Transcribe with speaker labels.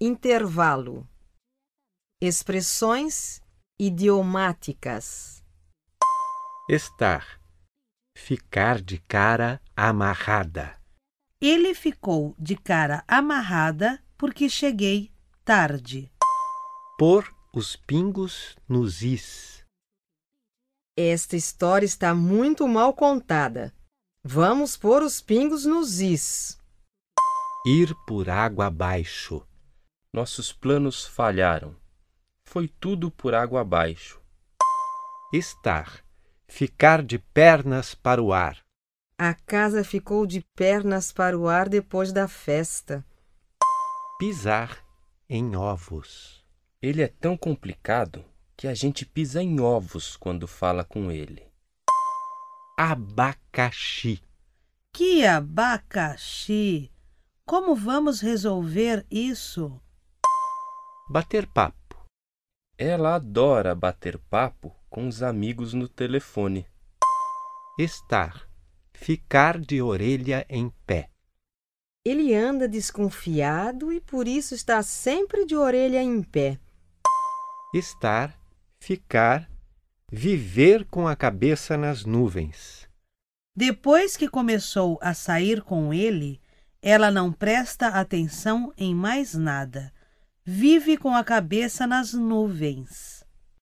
Speaker 1: Intervalo. Expressões idiomáticas.
Speaker 2: Estar. Ficar de cara amarrada.
Speaker 3: Ele ficou de cara amarrada porque cheguei tarde.
Speaker 2: Pôr os pingos nos is.
Speaker 1: Esta história está muito mal contada. Vamos pôr os pingos nos is.
Speaker 2: Ir por água abaixo.
Speaker 4: Nossos planos falharam. Foi tudo por água abaixo.
Speaker 2: Estar. Ficar de pernas para o ar.
Speaker 1: A casa ficou de pernas para o ar depois da festa.
Speaker 2: Pisar em ovos.
Speaker 4: Ele é tão complicado que a gente pisa em ovos quando fala com ele.
Speaker 2: Abacaxi.
Speaker 3: Que abacaxi! Como vamos resolver isso?
Speaker 2: Bater papo.
Speaker 4: Ela adora bater papo com os amigos no telefone.
Speaker 2: Estar. Ficar de orelha em pé.
Speaker 1: Ele anda desconfiado e por isso está sempre de orelha em pé.
Speaker 2: Estar. Ficar. Viver com a cabeça nas nuvens.
Speaker 3: Depois que começou a sair com ele, ela não presta atenção em mais nada. Vive com a cabeça nas nuvens.